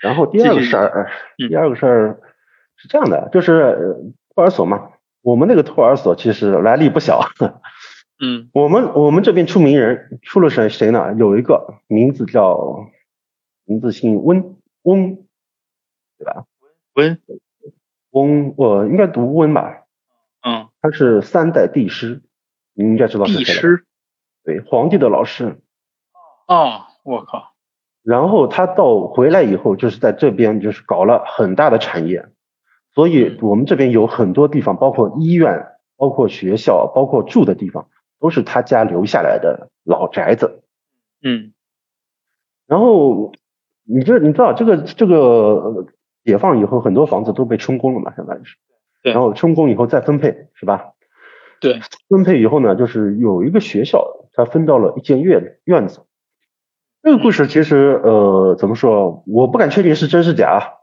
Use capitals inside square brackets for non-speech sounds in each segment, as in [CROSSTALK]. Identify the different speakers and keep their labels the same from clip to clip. Speaker 1: 然后第二个
Speaker 2: 继续
Speaker 1: 事儿，
Speaker 2: 嗯
Speaker 1: 第二个事儿是这样的，就是呃托儿所嘛，我们那个托儿所其实来历不小。 [LAUGHS]
Speaker 2: 嗯
Speaker 1: 我们我们这边出名人出了谁谁呢？有一个名字叫名字姓温温
Speaker 2: 温
Speaker 1: 温，呃，应该读温吧？
Speaker 2: 嗯
Speaker 1: 他是三代帝师，你应该知道是
Speaker 2: 帝
Speaker 1: 谁了。
Speaker 2: 师
Speaker 1: 对，皇帝的老师。
Speaker 2: 哦，我靠，
Speaker 1: 然后他到回来以后，就是在这边就是搞了很大的产业，所以我们这边有很多地方，包括医院、包括学校、包括住的地方，都是他家留下来的老宅子。
Speaker 2: 嗯
Speaker 1: 然后你这你知道这个这个呃解放以后，很多房子都被充公了嘛，相当于是。
Speaker 2: 对
Speaker 1: 然后充公以后再分配，是吧？
Speaker 2: 对。
Speaker 1: 分配以后呢，就是有一个学校，它分到了一间院院子。这个故事其实呃，怎么说？我不敢确定是真是假，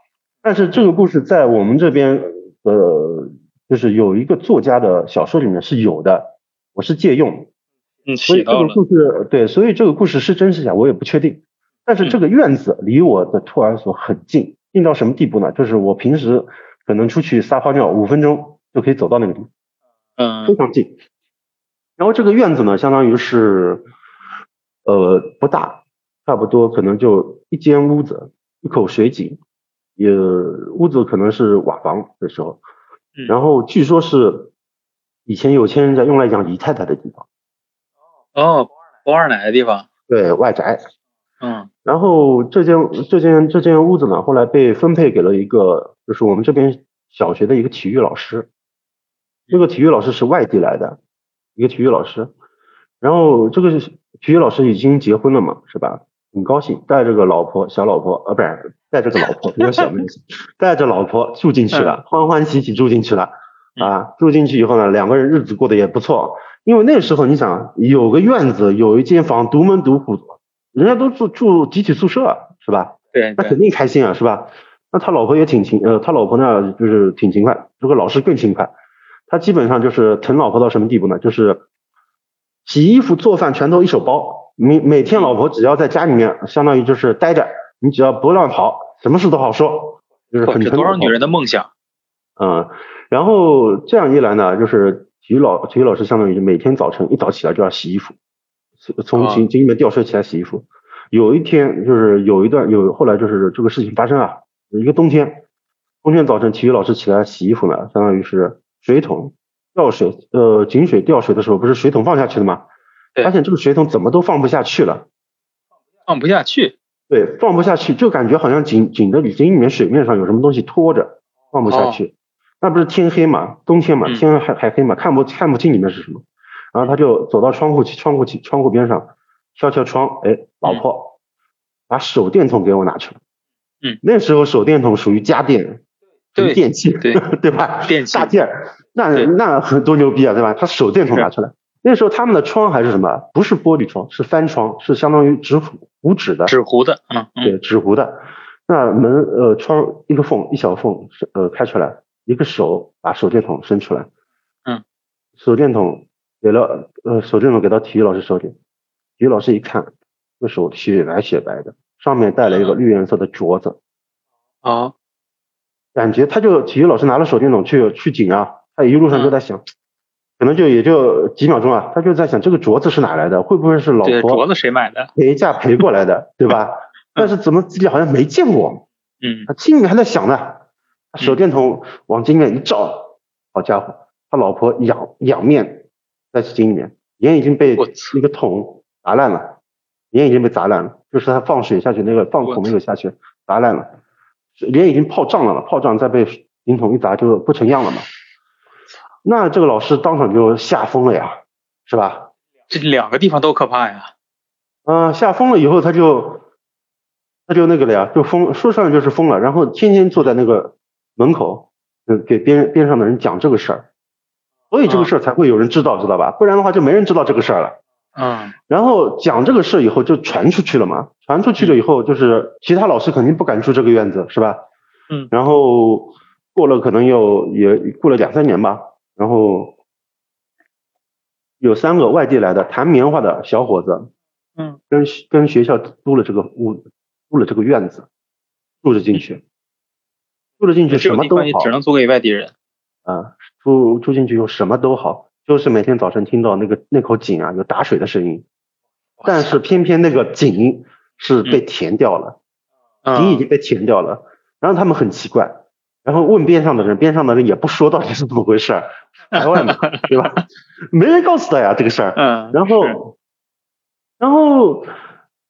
Speaker 1: 但是这个故事在我们这边呃，就是有一个作家的小说里面是有的，我是借用，
Speaker 2: 嗯，
Speaker 1: 所以
Speaker 2: 写
Speaker 1: 这
Speaker 2: 到
Speaker 1: 个
Speaker 2: 了，
Speaker 1: 故事对，所以这个故事是真是假，我也不确定。但是
Speaker 2: 嗯
Speaker 1: 这个院子离我的托儿所很近，近到什么地步呢？就是我平时可能出去撒泡尿五分钟就可以走到那个地方，
Speaker 2: 嗯
Speaker 1: 非常近。然后这个院子呢，相当于是，呃，不大，差不多可能就一间屋子，一口水井，也屋子可能是瓦房的时候，
Speaker 2: 嗯
Speaker 1: 然后据说是以前有钱人家用来养姨太太的地方，
Speaker 2: 哦，博二奶的地方，
Speaker 1: 对外宅。
Speaker 2: 嗯
Speaker 1: 然后这间这间这间屋子呢，后来被分配给了一个，就是我们这边小学的一个体育老师。这个体育老师是外地来的，一个体育老师。然后这个体育老师已经结婚了嘛，是吧？很高兴，带着个老婆，小老婆，呃，不是，带着个老婆，没有小妹子， [LAUGHS] 带着老婆住进去了，欢欢喜喜住进去了。啊，住进去以后呢，两个人日子过得也不错，因为那个时候你想，有个院子，有一间房，独门独户，人家都住住集体宿舍啊，是吧？
Speaker 2: 对
Speaker 1: 那肯
Speaker 2: 对，
Speaker 1: 定开心啊，是吧？那他老婆也挺勤，呃，他老婆呢就是挺勤快，这个老师更勤快。他基本上就是疼老婆到什么地步呢？就是洗衣服、做饭全都一手包。每每天老婆只要在家里面，相当于就是待着，你只要不乱跑，什么事都好说，就是
Speaker 2: 哇
Speaker 1: 很
Speaker 2: 哦这
Speaker 1: 疼
Speaker 2: 多
Speaker 1: 老
Speaker 2: 少
Speaker 1: 婆
Speaker 2: 女人的梦想，
Speaker 1: 嗯，然后这样一来呢，就是体育老体育老师相当于是每天早晨一早起来就要洗衣服，从
Speaker 2: 啊
Speaker 1: 井井里面吊水起来洗衣服。有一天就是有一段有后来就是这个事情发生啊，有一个冬天，冬天早晨体育老师起来洗衣服呢，相当于是水桶吊水，呃，井水吊水的时候不是水桶放下去的吗？
Speaker 2: 对
Speaker 1: 发现这个水桶怎么都放不下去了。
Speaker 2: 放不
Speaker 1: [LAUGHS]
Speaker 2: 下去，
Speaker 1: 对，放不下去，就感觉好像井井的井里面水面上有什么东西拖着，放不下去。那不是天黑嘛，冬天嘛，
Speaker 2: 哦嗯
Speaker 1: 天还还黑嘛，看不看不清里面是什么。然后他就走到窗户去，窗户去窗户边上，敲敲窗，哎，老婆，把手电筒给我拿去了。
Speaker 2: 嗯，
Speaker 1: 那时候手电筒属于家电，属于
Speaker 2: 对
Speaker 1: 电器， [LAUGHS]
Speaker 2: 对
Speaker 1: 对吧？
Speaker 2: 电器
Speaker 1: 大件儿，那
Speaker 2: 对
Speaker 1: 那很多牛逼啊，对吧？他手电筒拿出来。那时候他们的窗还是什么？不是玻璃窗，是帆窗，是相当于纸糊糊纸的，
Speaker 2: 纸糊的，嗯嗯，
Speaker 1: 对，纸糊的。那门呃窗一个缝，一小缝是呃开出来，一个手把手电筒伸出来，
Speaker 2: 嗯，
Speaker 1: 手电筒给了呃手电筒给到体育老师手里，体育老师一看，这手雪白雪白的，上面带了一
Speaker 2: 嗯
Speaker 1: 个绿颜色的镯子，
Speaker 2: 哦，
Speaker 1: 感觉他就体育老师拿了手电筒去去井啊，他一路上
Speaker 2: 嗯
Speaker 1: 就在想，可能就也就几秒钟啊，他就在想这个镯子是哪来的，会不会是老
Speaker 2: 对，
Speaker 1: 婆
Speaker 2: 镯子谁买的？
Speaker 1: 陪嫁陪过来的，对
Speaker 2: [LAUGHS]
Speaker 1: 吧？但是怎么自己好像没见过，
Speaker 2: 嗯
Speaker 1: 他心里还在想呢，他手电筒往井里面一照，好家伙，他老婆仰仰面在井里面，眼已经被
Speaker 2: 我操
Speaker 1: 一个桶砸烂了，眼已经被砸烂了，就是他放水下去那个放
Speaker 2: 我
Speaker 1: 孔没有下去，砸烂了，脸已经泡胀了嘛，泡胀再被井筒一砸就不成样了嘛。那这个老师当场就吓疯了呀，是吧？
Speaker 2: 这两个地方都可怕呀，
Speaker 1: 嗯，下疯了以后，他就他就那个了呀，就疯，说上来就是疯了，然后天天坐在那个门口，呃，给边边上的人讲这个事儿，所以这个事儿才会有人知道，知道吧？不然的话就没人知道这个事儿了。
Speaker 2: 嗯
Speaker 1: 然后讲这个事儿以后就传出去了嘛，传出去了以后就是其他老师肯定不敢住这个院子，是吧？
Speaker 2: 嗯
Speaker 1: 然后过了可能有也过了两三年吧，然后有三个外地来的弹棉花的小伙子，
Speaker 2: 嗯，
Speaker 1: 跟跟学校租了这个屋，租了这个院子，住着进去，住着进去
Speaker 2: 这
Speaker 1: 什
Speaker 2: 种
Speaker 1: 么
Speaker 2: 地
Speaker 1: 都
Speaker 2: 方也
Speaker 1: 好
Speaker 2: 只能租给外地人。
Speaker 1: 啊，住住进去有什么都好，就是每天早晨听到那个那口井啊有打水的声音，但是偏偏那个井是被填掉了，井已
Speaker 2: 嗯，
Speaker 1: 经被填掉了，然后他们很奇怪。然后问边上的人，边上的人也不说到底是怎么回事儿，台湾嘛，对吧？没人告诉他呀这个事儿。
Speaker 2: 嗯，
Speaker 1: 然
Speaker 2: 是
Speaker 1: 后，然后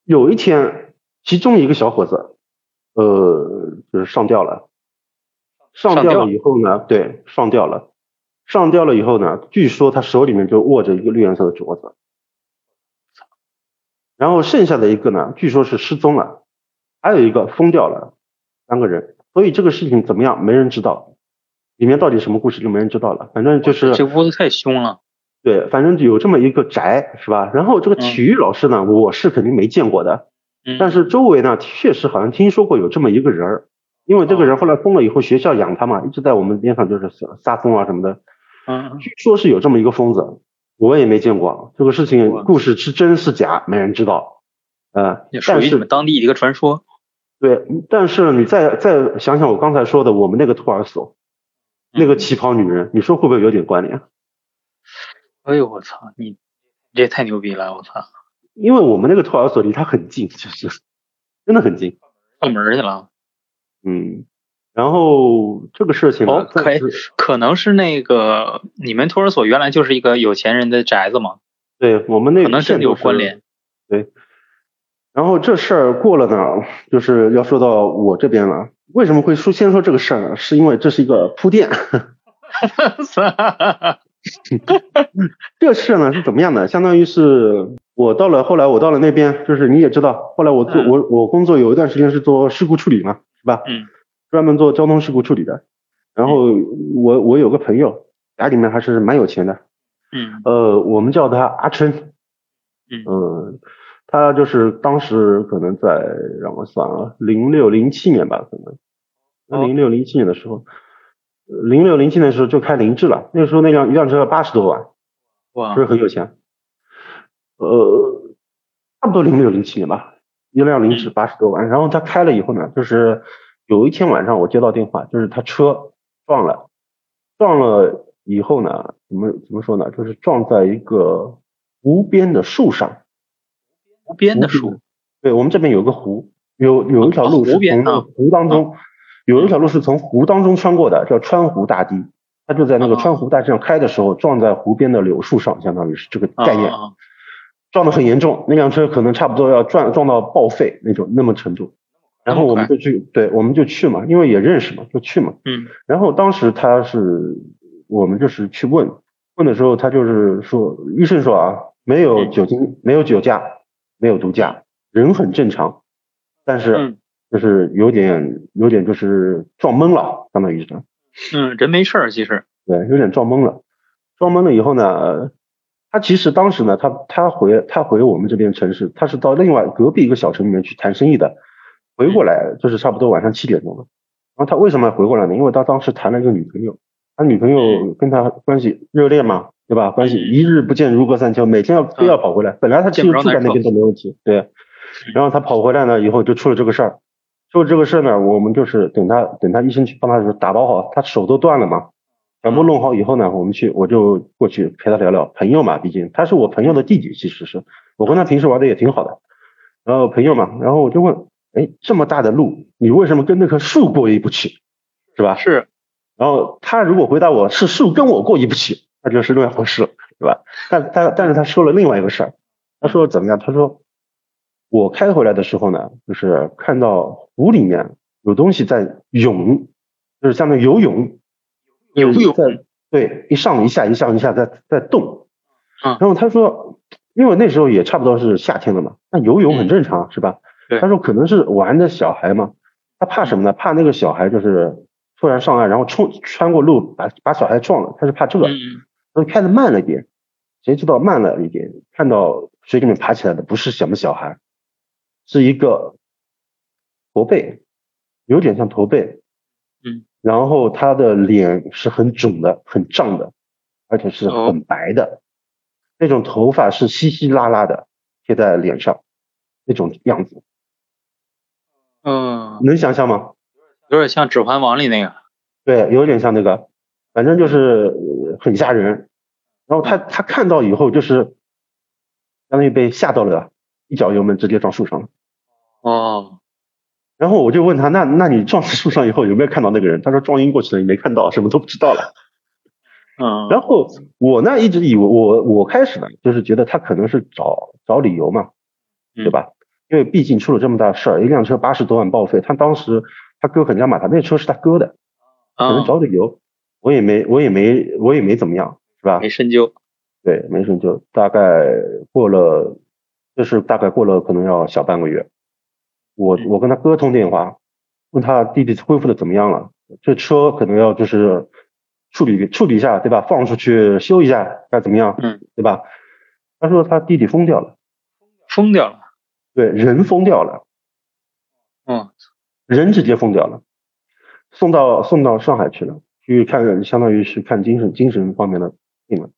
Speaker 1: 有一天，其中一个小伙子，呃，就是上吊了。上
Speaker 2: 上
Speaker 1: 吊
Speaker 2: 吊
Speaker 1: 了以后呢，对，上吊了。上吊了以后呢，据说他手里面就握着一个绿颜色的镯子。然后剩下的一个呢，据说是失踪了，还有一个疯掉了，三个人。所以这个事情怎么样，没人知道，里面到底什么故事就没人知道了。反正就是
Speaker 2: 这屋子太凶了。
Speaker 1: 对，反正有这么一个宅是吧？然后这个
Speaker 2: 嗯
Speaker 1: 体育老师呢，我是肯定没见过的，
Speaker 2: 嗯，
Speaker 1: 但是周围呢，确实好像听说过有这么一个人儿，因为这个
Speaker 2: 哦
Speaker 1: 人后来疯了以后，学校养他嘛，一直在我们边上就是撒撒疯啊什么的。
Speaker 2: 嗯，
Speaker 1: 据说是有这么一个疯子，我也没见过。这个事
Speaker 2: 哇
Speaker 1: 情故事是真是假，没人知道。呃
Speaker 2: 也，属
Speaker 1: 但
Speaker 2: 于你
Speaker 1: 是
Speaker 2: 们当地一个传说。
Speaker 1: 对，但是你再再想想我刚才说的，我们那个托儿所那个
Speaker 2: 嗯
Speaker 1: 旗袍女人，你说会不会有点关联？
Speaker 2: 哎呦我操，你这也太牛逼了！我操，
Speaker 1: 因为我们那个托儿所离它很近，就是真的很近。
Speaker 2: 上门儿去了。
Speaker 1: 嗯，然后这个事情呢，
Speaker 2: 哦
Speaker 1: 暂
Speaker 2: 可以
Speaker 1: 时
Speaker 2: 可能是那个你们托儿所原来就是一个有钱人的宅子嘛，
Speaker 1: 对我们那
Speaker 2: 可
Speaker 1: 个
Speaker 2: 能
Speaker 1: 县
Speaker 2: 真的有
Speaker 1: 都是
Speaker 2: 关。联。
Speaker 1: 然后这事儿过了呢，就是要说到我这边了。为什么会说先说这个事儿呢？是因为这是一个铺垫。 [LAUGHS] 这事儿呢是怎么样的？相当于是我到了后来，我到了那边，就是你也知道，后来我做、
Speaker 2: 嗯
Speaker 1: 我我工作有一段时间是做事故处理嘛，是吧？
Speaker 2: 嗯，
Speaker 1: 专门做交通事故处理的。然后我我有个朋友，家里面还是蛮有钱的，
Speaker 2: 嗯
Speaker 1: 呃，我们叫他阿琛。
Speaker 2: 嗯
Speaker 1: 嗯他就是当时可能在让我算啊，零六零七年吧，可
Speaker 2: 哦
Speaker 1: 能零六零七年的时候，零六零七年的时候就开凌志了。那个时候那辆一辆车八十多万，
Speaker 2: [LAUGHS] 哇
Speaker 1: 不是很有钱。呃，差不多零六零七年吧，一辆
Speaker 2: 嗯
Speaker 1: 凌志八十多万。然后他开了以后呢，就是有一天晚上我接到电话，就是他车撞了，撞了以后呢，怎么怎么说呢？就是撞在一个湖边的树上，
Speaker 2: 湖边的
Speaker 1: 湖
Speaker 2: 树
Speaker 1: 边，对我们这边有个湖，有有一条路
Speaker 2: 啊
Speaker 1: 是
Speaker 2: 湖边
Speaker 1: 从那个
Speaker 2: 啊
Speaker 1: 湖当中，有一条路是从湖当中穿过的，叫川湖大堤。他就在那个
Speaker 2: 啊
Speaker 1: 川湖大堤上开的时候，撞在湖边的柳树上，相当于是这个
Speaker 2: 啊
Speaker 1: 概念。
Speaker 2: 啊
Speaker 1: 撞得很严重，那辆车可能差不多要撞撞到报废那种那么程度。然后我们就去，对，我们就去嘛，因为也认识嘛，就去嘛。
Speaker 2: 嗯
Speaker 1: 然后当时他是，我们就是去问，问的时候他就是说，医生说啊，没有
Speaker 2: 嗯
Speaker 1: 酒精，没有酒驾，没有毒驾，人很正常，但是
Speaker 2: 嗯
Speaker 1: 就是有点有点就是撞懵了，相当于是。
Speaker 2: 嗯，人没事儿，其实
Speaker 1: 对，有点撞懵了。撞懵了以后呢，他其实当时呢，他他回他回我们这边城市，他是到另外隔壁一个小城里面去谈生意的，回过来就是差不多晚上七点钟了。然后他为什么要回过来呢？因为他当时谈了一个女朋友，他女朋友跟他关系热恋嘛，对吧？关系
Speaker 2: 嗯
Speaker 1: 一日不见如隔三秋，每天要非要跑回来。本来他其
Speaker 2: 见
Speaker 1: 实
Speaker 2: 不着
Speaker 1: 住在
Speaker 2: 难
Speaker 1: 那边都没问题，对。然后他跑回来呢，以后就出了这个事儿。出了这个事儿呢，我们就是等他等他医生去帮他打包好，他手都断了嘛，全部弄好以后呢，我们去我就过去陪他聊聊，朋友嘛，毕竟他是我朋友的弟弟，其实是我跟他平时玩的也挺好的，然后朋友嘛，然后我就问，哎，这么大的路，你为什么跟那棵树过意不去，啊是吧？
Speaker 2: 是
Speaker 1: 然后他如果回答我是树跟我过意不去，那就是另外一回事了，对吧？但但但是他说了另外一个事儿，他说怎么样？他说我开回来的时候呢，就是看到湖里面有东西在涌，就是相当于游泳，
Speaker 2: 有
Speaker 1: 就是
Speaker 2: 有
Speaker 1: 在对一上一下一上一下在在动。
Speaker 2: 嗯
Speaker 1: 然后他说，因为那时候也差不多是夏天了嘛，那游泳很正常、是吧？
Speaker 2: 对
Speaker 1: 他说可能是玩的小孩嘛，他怕什么呢？怕那个小孩就是突然上岸，然后冲穿过路把把小孩撞了，他是怕这个。
Speaker 2: 嗯
Speaker 1: 他开的慢了一点，谁知道慢了一点，看到水里面爬起来的不是什么小孩，是一个驼背，有点像驼背，
Speaker 2: 嗯，
Speaker 1: 然后他的脸是很肿的，很胀的，而且是
Speaker 2: 哦
Speaker 1: 很白的，那种头发是稀稀拉拉的贴在脸上，那种样子。
Speaker 2: 嗯嗯，
Speaker 1: 能想象吗？
Speaker 2: 有点像《指环王》里那个，
Speaker 1: 对，有点像那个，反正就是呃很吓人。然后他他看到以后就是，相当于被吓到了，一脚油门直接撞树上了。
Speaker 2: 哦，
Speaker 1: 然后我就问他，那那你撞树上以后有没有看到那个人？他说撞晕过去了，也没看到，什么都不知道了。
Speaker 2: 嗯，
Speaker 1: 然后我呢一直以为我我开始呢就是觉得他可能是找找理由嘛，
Speaker 2: 嗯
Speaker 1: 对吧？因为毕竟出了这么大事儿，一辆车八十多万报废，他当时他哥很想把他那车是他哥的，可能
Speaker 2: 嗯，
Speaker 1: 找理由，我也没我也没我也没怎么样，是吧？
Speaker 2: 没深究，
Speaker 1: 对，没什么就大概过了，就是大概过了可能要小半个月，我
Speaker 2: 嗯
Speaker 1: 我跟他哥通电话，问他弟弟恢复的怎么样了，这车可能要就是处理处理一下，对吧？放出去修一下，该怎么样？
Speaker 2: 嗯，
Speaker 1: 对吧？他说他弟弟疯掉了，
Speaker 2: 疯掉了，
Speaker 1: 对，人疯掉了，
Speaker 2: 嗯，
Speaker 1: 人直接疯掉了，送到送到上海去了，去看相当于是看精神精神方面的病了，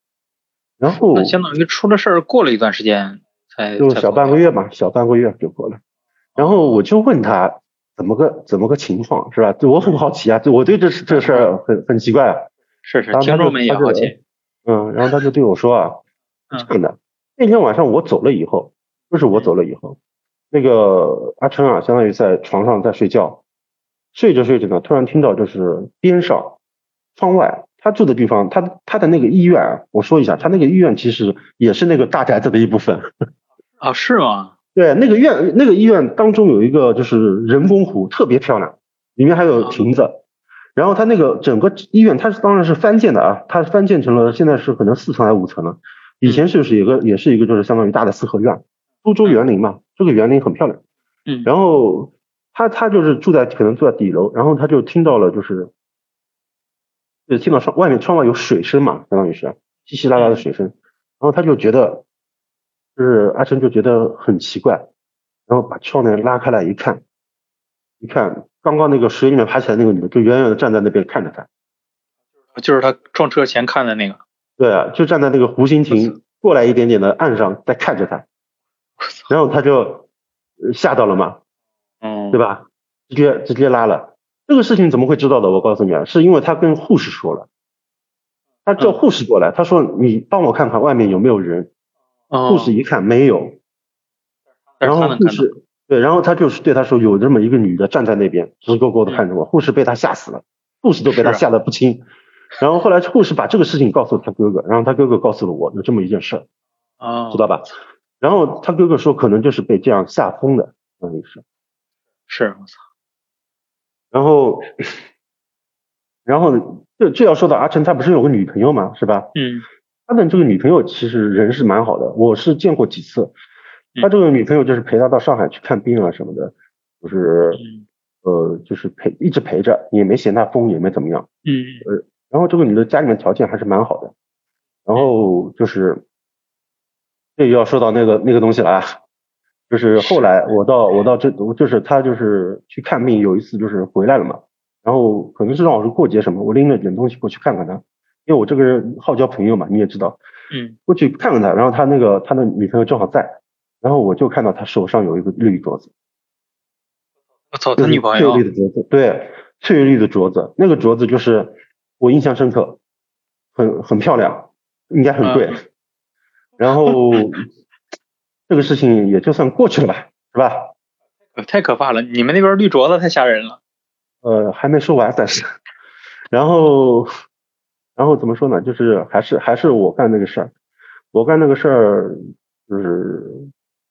Speaker 1: 然后
Speaker 2: 那相当于出了事儿，过了一段时间才
Speaker 1: 就
Speaker 2: 才
Speaker 1: 小半
Speaker 2: 疯
Speaker 1: 个月嘛，小半个月就过了。然后我就问他怎么个怎么个情况是吧？对我很好奇啊，对我对这事这事儿很很奇怪啊。
Speaker 2: 是是
Speaker 1: 然，后他
Speaker 2: 听
Speaker 1: 就
Speaker 2: 众们也
Speaker 1: 他就
Speaker 2: 好奇，
Speaker 1: 嗯，然后他就对我说啊，
Speaker 2: 嗯
Speaker 1: 是这样的，那天晚上我走了以后，就是我走了以后，那个阿琛啊，相当于在床上在睡觉，睡着睡着呢，突然听到就是边上窗外。他住的地方，他他的那个医院啊，我说一下，他那个医院其实也是那个大宅子的一部分。
Speaker 2: 啊，是吗？
Speaker 1: 对，那个院那个医院当中有一个就是人工湖，特别漂亮，里面还有亭子。然后它那个整个医院，它是当然是翻建的啊，它翻建成了现在是可能四层还是五层了。以前就是有个也是一个就是相当于大的四合院，株洲园林嘛，这个园林很漂亮。
Speaker 2: 嗯，
Speaker 1: 然后他他就是住在可能住在底楼，然后他就听到了就是，就听到窗外面窗外有水声嘛，相当于是稀稀拉拉的水声，然后他就觉得，就是阿成就觉得很奇怪，然后把窗帘拉开来一看，一看刚刚那个水里面爬起来那个女的就远远的站在那边看着他，
Speaker 2: 嗯就是他撞车前看的那个，
Speaker 1: 对啊，就站在那个湖心亭过来一点点的岸上在看着他，然后他就呃吓到了嘛，
Speaker 2: 嗯，
Speaker 1: 对
Speaker 2: 吧？
Speaker 1: 吧？直接直接拉了。这个事情怎么会知道的？我告诉你啊，是因为他跟护士说了，他叫
Speaker 2: 嗯
Speaker 1: 护士过来，他说你帮我看看外面有没有人。护士一看没有，
Speaker 2: 哦但
Speaker 1: 然
Speaker 2: 是他
Speaker 1: 后
Speaker 2: 能
Speaker 1: 护
Speaker 2: 看到，
Speaker 1: 士对，然后他就是对他说有这么一个女的站在那边，直勾勾的看着我。护士被他吓死了，护士都被他
Speaker 2: 嗯是啊
Speaker 1: 吓得不轻。然后后来护士把这个事情告诉了他哥哥，然后他哥哥告诉了我有这么一件事儿，
Speaker 2: 哦，
Speaker 1: 知道吧？然后他哥哥说可能就是被这样吓疯的，等于是。啊
Speaker 2: 是，我操，
Speaker 1: 然后，然后这这要说到阿成，他不是有个女朋友嘛，是吧？
Speaker 2: 嗯，
Speaker 1: 他的这个女朋友其实人是蛮好的，我是见过几次。
Speaker 2: 嗯
Speaker 1: 他这个女朋友就是陪他到上海去看病啊什么的，就是
Speaker 2: 嗯
Speaker 1: 呃，就是陪一直陪着，也没嫌他疯，也没怎么样。
Speaker 2: 嗯
Speaker 1: 然后这个女的家里面条件还是蛮好的，然后就是，这又要说到那个那个东西了啊，就是后来我到我到这，就是她就是去看病，有一次就是回来了嘛，然后可能是正好是过节什么，我拎了点东西过去看看她，因为我这个人好交朋友嘛，你也知道，
Speaker 2: 嗯，
Speaker 1: 过去看看她，然后她那个她的女朋友正好在，然后我就看到她手上有一个绿镯子，
Speaker 2: 我操，
Speaker 1: 就
Speaker 2: 他
Speaker 1: 是
Speaker 2: 女朋友
Speaker 1: 翠绿的镯子，对，翠绿的镯子，那个镯子就是我印象深刻，很很漂亮，应该很贵。
Speaker 2: 嗯
Speaker 1: 然后 [LAUGHS] 这个事情也就算过去了吧，是吧？
Speaker 2: 呃太可怕了，你们那边绿镯子太吓人了，
Speaker 1: 呃，还没说完，但是，然后，然后怎么说呢？就是还是还是我干那个事儿，我干那个事儿就是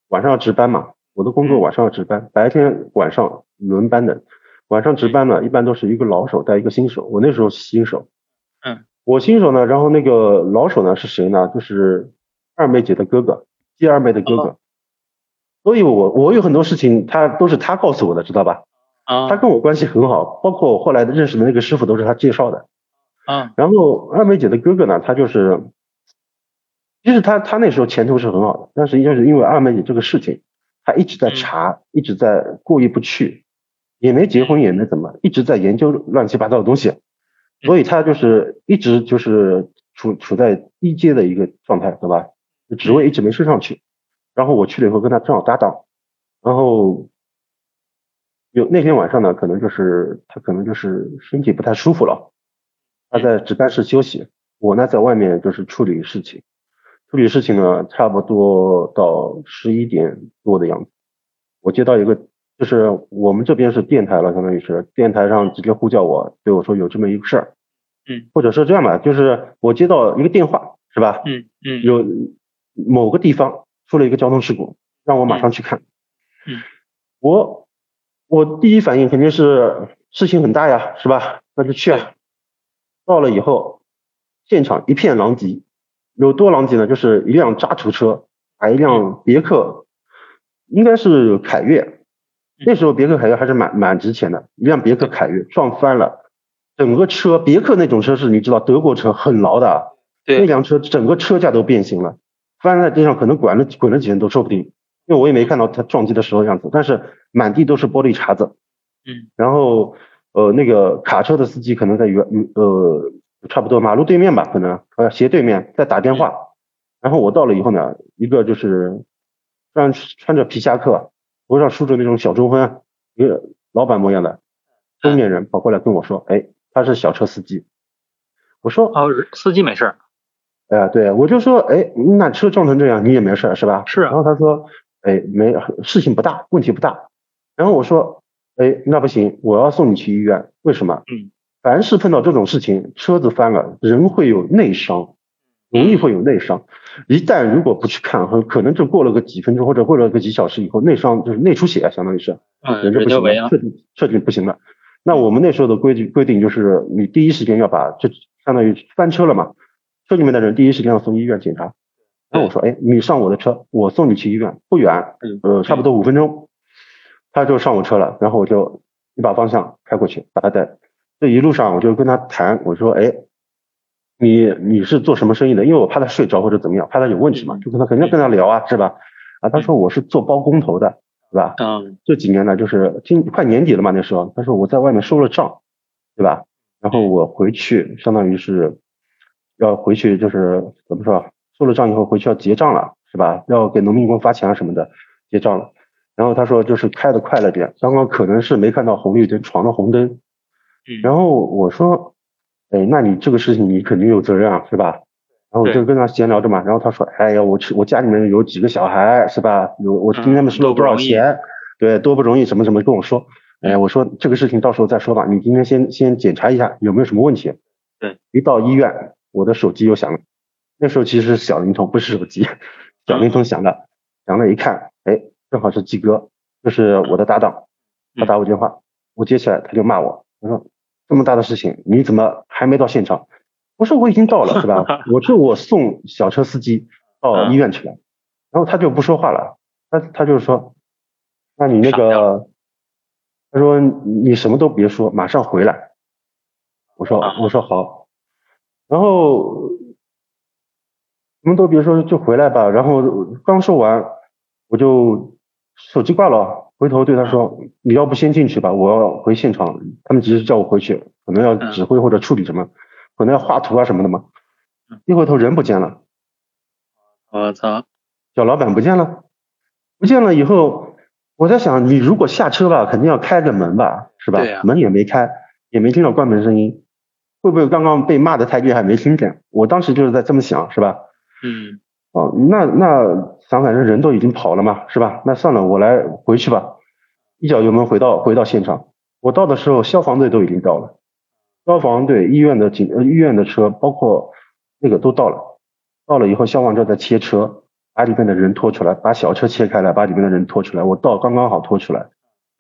Speaker 1: 晚上要值班嘛，我的工作
Speaker 2: 嗯
Speaker 1: 晚上要值班，白天晚上轮班的，晚上值班呢一般都是一个老手带一个新手，我那时候是新手，
Speaker 2: 嗯，
Speaker 1: 我新手呢，然后那个老手呢是谁呢？就是二妹姐的哥哥，第二妹的
Speaker 2: 哦
Speaker 1: 哥哥，所以我我有很多事情他都是他告诉我的，知道吧？
Speaker 2: 啊
Speaker 1: 他跟我关系很好，包括我后来认识的那个师傅都是他介绍的。
Speaker 2: 啊，
Speaker 1: 然后二妹姐的哥哥呢，他就是，其实他他那时候前途是很好的，但是就是因为二妹姐这个事情，他一直在查，一直在过意不去，也没结婚，也没怎么，一直在研究乱七八糟的东西，所以他就是一直就是处处在低阶的一个状态，对吧？职位一直没升上去。然后我去了以后跟他正好搭档，然后有那天晚上呢，可能就是他可能就是身体不太舒服了，他在值班室休息，我呢在外面就是处理事情，处理事情呢差不多到十一点多的样子，我接到一个就是我们这边是电台了，相当于是电台上直接呼叫我，对我说有这么一个事儿，
Speaker 2: 嗯，
Speaker 1: 或者是这样吧，就是我接到一个电话是吧，
Speaker 2: 嗯嗯
Speaker 1: 有某个地方出了一个交通事故，让我马上去看。
Speaker 2: 嗯嗯
Speaker 1: 我我第一反应肯定是事情很大呀，是吧？那就去啊。到了以后，现场一片狼藉，有多狼藉呢？就是一辆渣土车把一
Speaker 2: 嗯
Speaker 1: 辆别克，应该是凯越，
Speaker 2: 嗯
Speaker 1: 那时候别克凯越还是蛮蛮值钱的，一辆别克凯越撞翻了。整个车，别克那种车是，你知道德国车很牢的啊，
Speaker 2: 对
Speaker 1: 那辆车整个车架都变形了，翻在地上可能滚了滚了几圈都说不定，因为我也没看到他撞击的时候样子，但是满地都是玻璃碴子。
Speaker 2: 嗯，
Speaker 1: 然后呃，那个卡车的司机可能在原呃差不多马路对面吧，可能呃斜对面在打电话。
Speaker 2: 嗯
Speaker 1: 然后我到了以后呢，一个就是穿穿着皮夹克，头上梳着那种小中分，一个老板模样的中年人跑过来跟我说：“哎，他是小车司机。”我说：“
Speaker 2: 哦，司机没事儿，
Speaker 1: 哎、对，我就说，哎，你那车撞成这样，你也没事儿是吧？
Speaker 2: 是啊
Speaker 1: 然后他说，哎，没事情不大，问题不大。然后我说，哎，那不行，我要送你去医院。为什么？
Speaker 2: 嗯，
Speaker 1: 凡是碰到这种事情，车子翻了，人会有内伤，容易会有内伤。一旦如果不去看，很可能就过了个几分钟或者过了个几小时以后，内伤就是内出血，相当啊于是。
Speaker 2: 嗯，
Speaker 1: 人就
Speaker 2: 人
Speaker 1: 不
Speaker 2: 就
Speaker 1: 行
Speaker 2: 围了
Speaker 1: 了，，
Speaker 2: 嗯
Speaker 1: 彻底彻底不行了。那我们那时候的规矩规定就是，你第一时间要把这相当于翻车了嘛，车里面的人第一时间要送医院检查。那我说，哎，你上我的车，我送你去医院，不远，
Speaker 2: 嗯
Speaker 1: 呃，差不多五分钟。他就上我车了，然后我就一把方向开过去，把他带。这一路上我就跟他谈，我说，哎，你你是做什么生意的？因为我怕他睡着或者怎么样，怕他有问题嘛，
Speaker 2: 嗯
Speaker 1: 就跟他肯定要跟他聊啊，是吧？啊，他说我是做包工头的，是吧？
Speaker 2: 嗯
Speaker 1: 这几年来，就是今快年底了嘛，那时候他说我在外面收了账，对吧？然后我回去，相当于是要回去，就是怎么说啊，收了账以后回去要结账了，是吧？要给农民工发钱啊什么的，结账了。然后他说就是开的快了点，刚刚可能是没看到红绿灯，闯了红灯。
Speaker 2: 嗯，
Speaker 1: 然后我说，哎，那你这个事情你肯定有责任啊，是吧？然后我
Speaker 2: 对
Speaker 1: 就跟他闲聊着嘛，然后他说，哎呀，我吃我家里面有几个小孩，是吧？有我今天
Speaker 2: 嗯
Speaker 1: 收了
Speaker 2: 都不
Speaker 1: 多少
Speaker 2: 容易
Speaker 1: 钱？对，多不容易，什么什么跟我说。哎，我说这个事情到时候再说吧，你今天先先检查一下有没有什么问题。
Speaker 2: 对，
Speaker 1: 一到医院，我的手机又响了，那时候其实是小灵通，不是手机，小灵通响
Speaker 2: 嗯
Speaker 1: 了，响了一看，哎，正好是鸡哥，就是我的搭档，
Speaker 2: 嗯
Speaker 1: 他打我电话，我接起来他就骂我，他说这么大的事情你怎么还没到现场？我说我已经到了，是
Speaker 2: [LAUGHS]
Speaker 1: 吧？我说我送小车司机
Speaker 2: 嗯
Speaker 1: 到医院去了，然后他就不说话了，他他就说，那你那
Speaker 2: 傻
Speaker 1: 个，他说你什么都别说，马上回来。我说
Speaker 2: 啊
Speaker 1: 我说好，然后什么都别说，就回来吧。然后刚说完，我就手机挂了，回头对他说：“你要不先进去吧，我要回现场。”他们只是叫我回去，可能要
Speaker 2: 嗯
Speaker 1: 指挥或者处理什么，可能要画图啊什么的嘛。一回头人不见了。
Speaker 2: 我操，
Speaker 1: 小老板不见了，不见了以后，我在想，你如果下车吧，肯定要开个门吧，是吧？
Speaker 2: 对呀
Speaker 1: 门也没开，也没听到关门声音，会不会刚刚被骂的太厉害没听见？我当时就是在这么想，是吧？
Speaker 2: 嗯
Speaker 1: 哦，那那想反正人都已经跑了嘛，是吧？那算了，我来回去吧。一脚油门回到回到现场，我到的时候消防队都已经到了，消防队、医院的警、呃、医院的车，包括那个都到了。到了以后，消防车在切车，把里面的人拖出来，把小车切开来，把里面的人拖出来。我到刚刚好拖出来，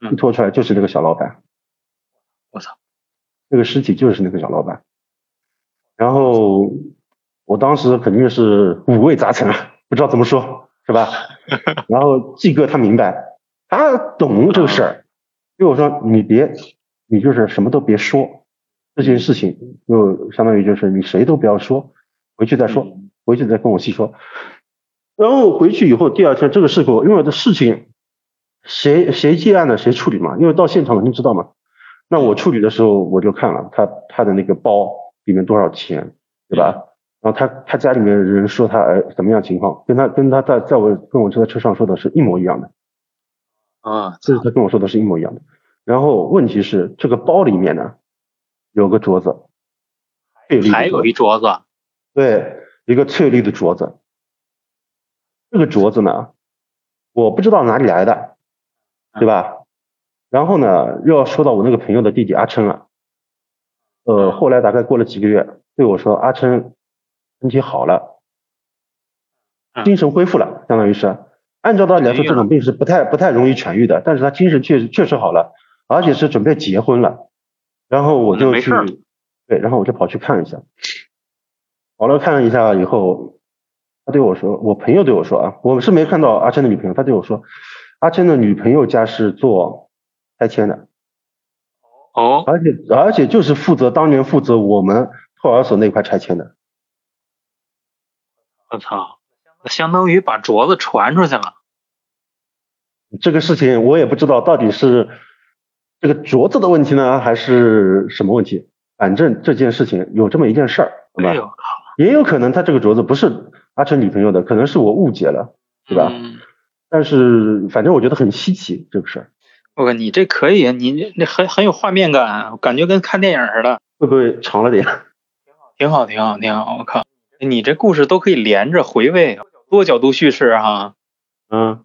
Speaker 2: 嗯
Speaker 1: 一拖出来就是那个小老板。
Speaker 2: 我操！
Speaker 1: 那个尸体就是那个小老板。然后我当时肯定是五味杂陈，啊，不知道怎么说，是
Speaker 2: [LAUGHS]
Speaker 1: 吧？然后季哥他明白，他懂这个事
Speaker 2: 啊
Speaker 1: 儿，对我说：“你别，你就是什么都别说，这件事情就相当于就是你谁都不要说，回去再说。
Speaker 2: 嗯
Speaker 1: 回去再跟我细说。然后回去以后，第二天这个事故，因为这事情谁谁结案的谁处理嘛，因为到现场肯定知道嘛。那我处理的时候我就看了他他的那个包里面多少钱，对吧？然后他他家里面人说他哎怎么样情况，跟他跟他在在我跟我车在车上说的是一模一样的，
Speaker 2: 啊，
Speaker 1: 这是他跟我说的是一模一样的。然后问题是，这个包里面呢有个镯子，翠绿的
Speaker 3: 还有
Speaker 1: 镯
Speaker 3: 一
Speaker 1: 子
Speaker 3: 镯子，
Speaker 1: 对一个翠绿的镯子。这个镯子呢，我不知道哪里来的，
Speaker 3: 嗯
Speaker 1: 对吧？然后呢，又要说到我那个朋友的弟弟阿琛了。
Speaker 3: 嗯
Speaker 1: 呃，后来大概过了几个月，对我说：“阿琛，身体好了，
Speaker 3: 嗯
Speaker 1: 精神恢复了，相当于是。按照道理来说，
Speaker 3: 痊愈
Speaker 1: 这
Speaker 3: 了
Speaker 1: 种病是不太不太容易痊愈的，但是他精神确实确实好了，而且是准备结婚了。然后我
Speaker 3: 那
Speaker 1: 就
Speaker 3: 嗯没
Speaker 1: 去
Speaker 3: 事儿，
Speaker 1: 对，然后我就跑去看一下。跑了看了一下以后，他对我说，我朋友对我说啊，我是没看到阿琛的女朋友，他对我说，阿琛的女朋友家是做拆迁的，
Speaker 3: 哦，
Speaker 1: 而且而且就是负责当年负责我们托儿所那块拆迁的。
Speaker 3: 我操，相当于把镯子传出去了。
Speaker 1: 这个事情我也不知道到底是这个镯子的问题呢，还是什么问题。反正这件事情有这么一件事儿，好吧
Speaker 3: 哎？呦，
Speaker 1: 也有可能他这个镯子不是阿琛女朋友的，可能是我误解了，对吧？
Speaker 3: 嗯
Speaker 1: 但是反正我觉得很稀奇这个事儿，
Speaker 3: 我靠，你这可以，你那很很有画面感，感觉跟看电影似的，
Speaker 1: 会不会长了点？
Speaker 3: 挺好，挺好，挺好。我靠，你这故事都可以连着回味，多角度叙事哈、
Speaker 1: 嗯，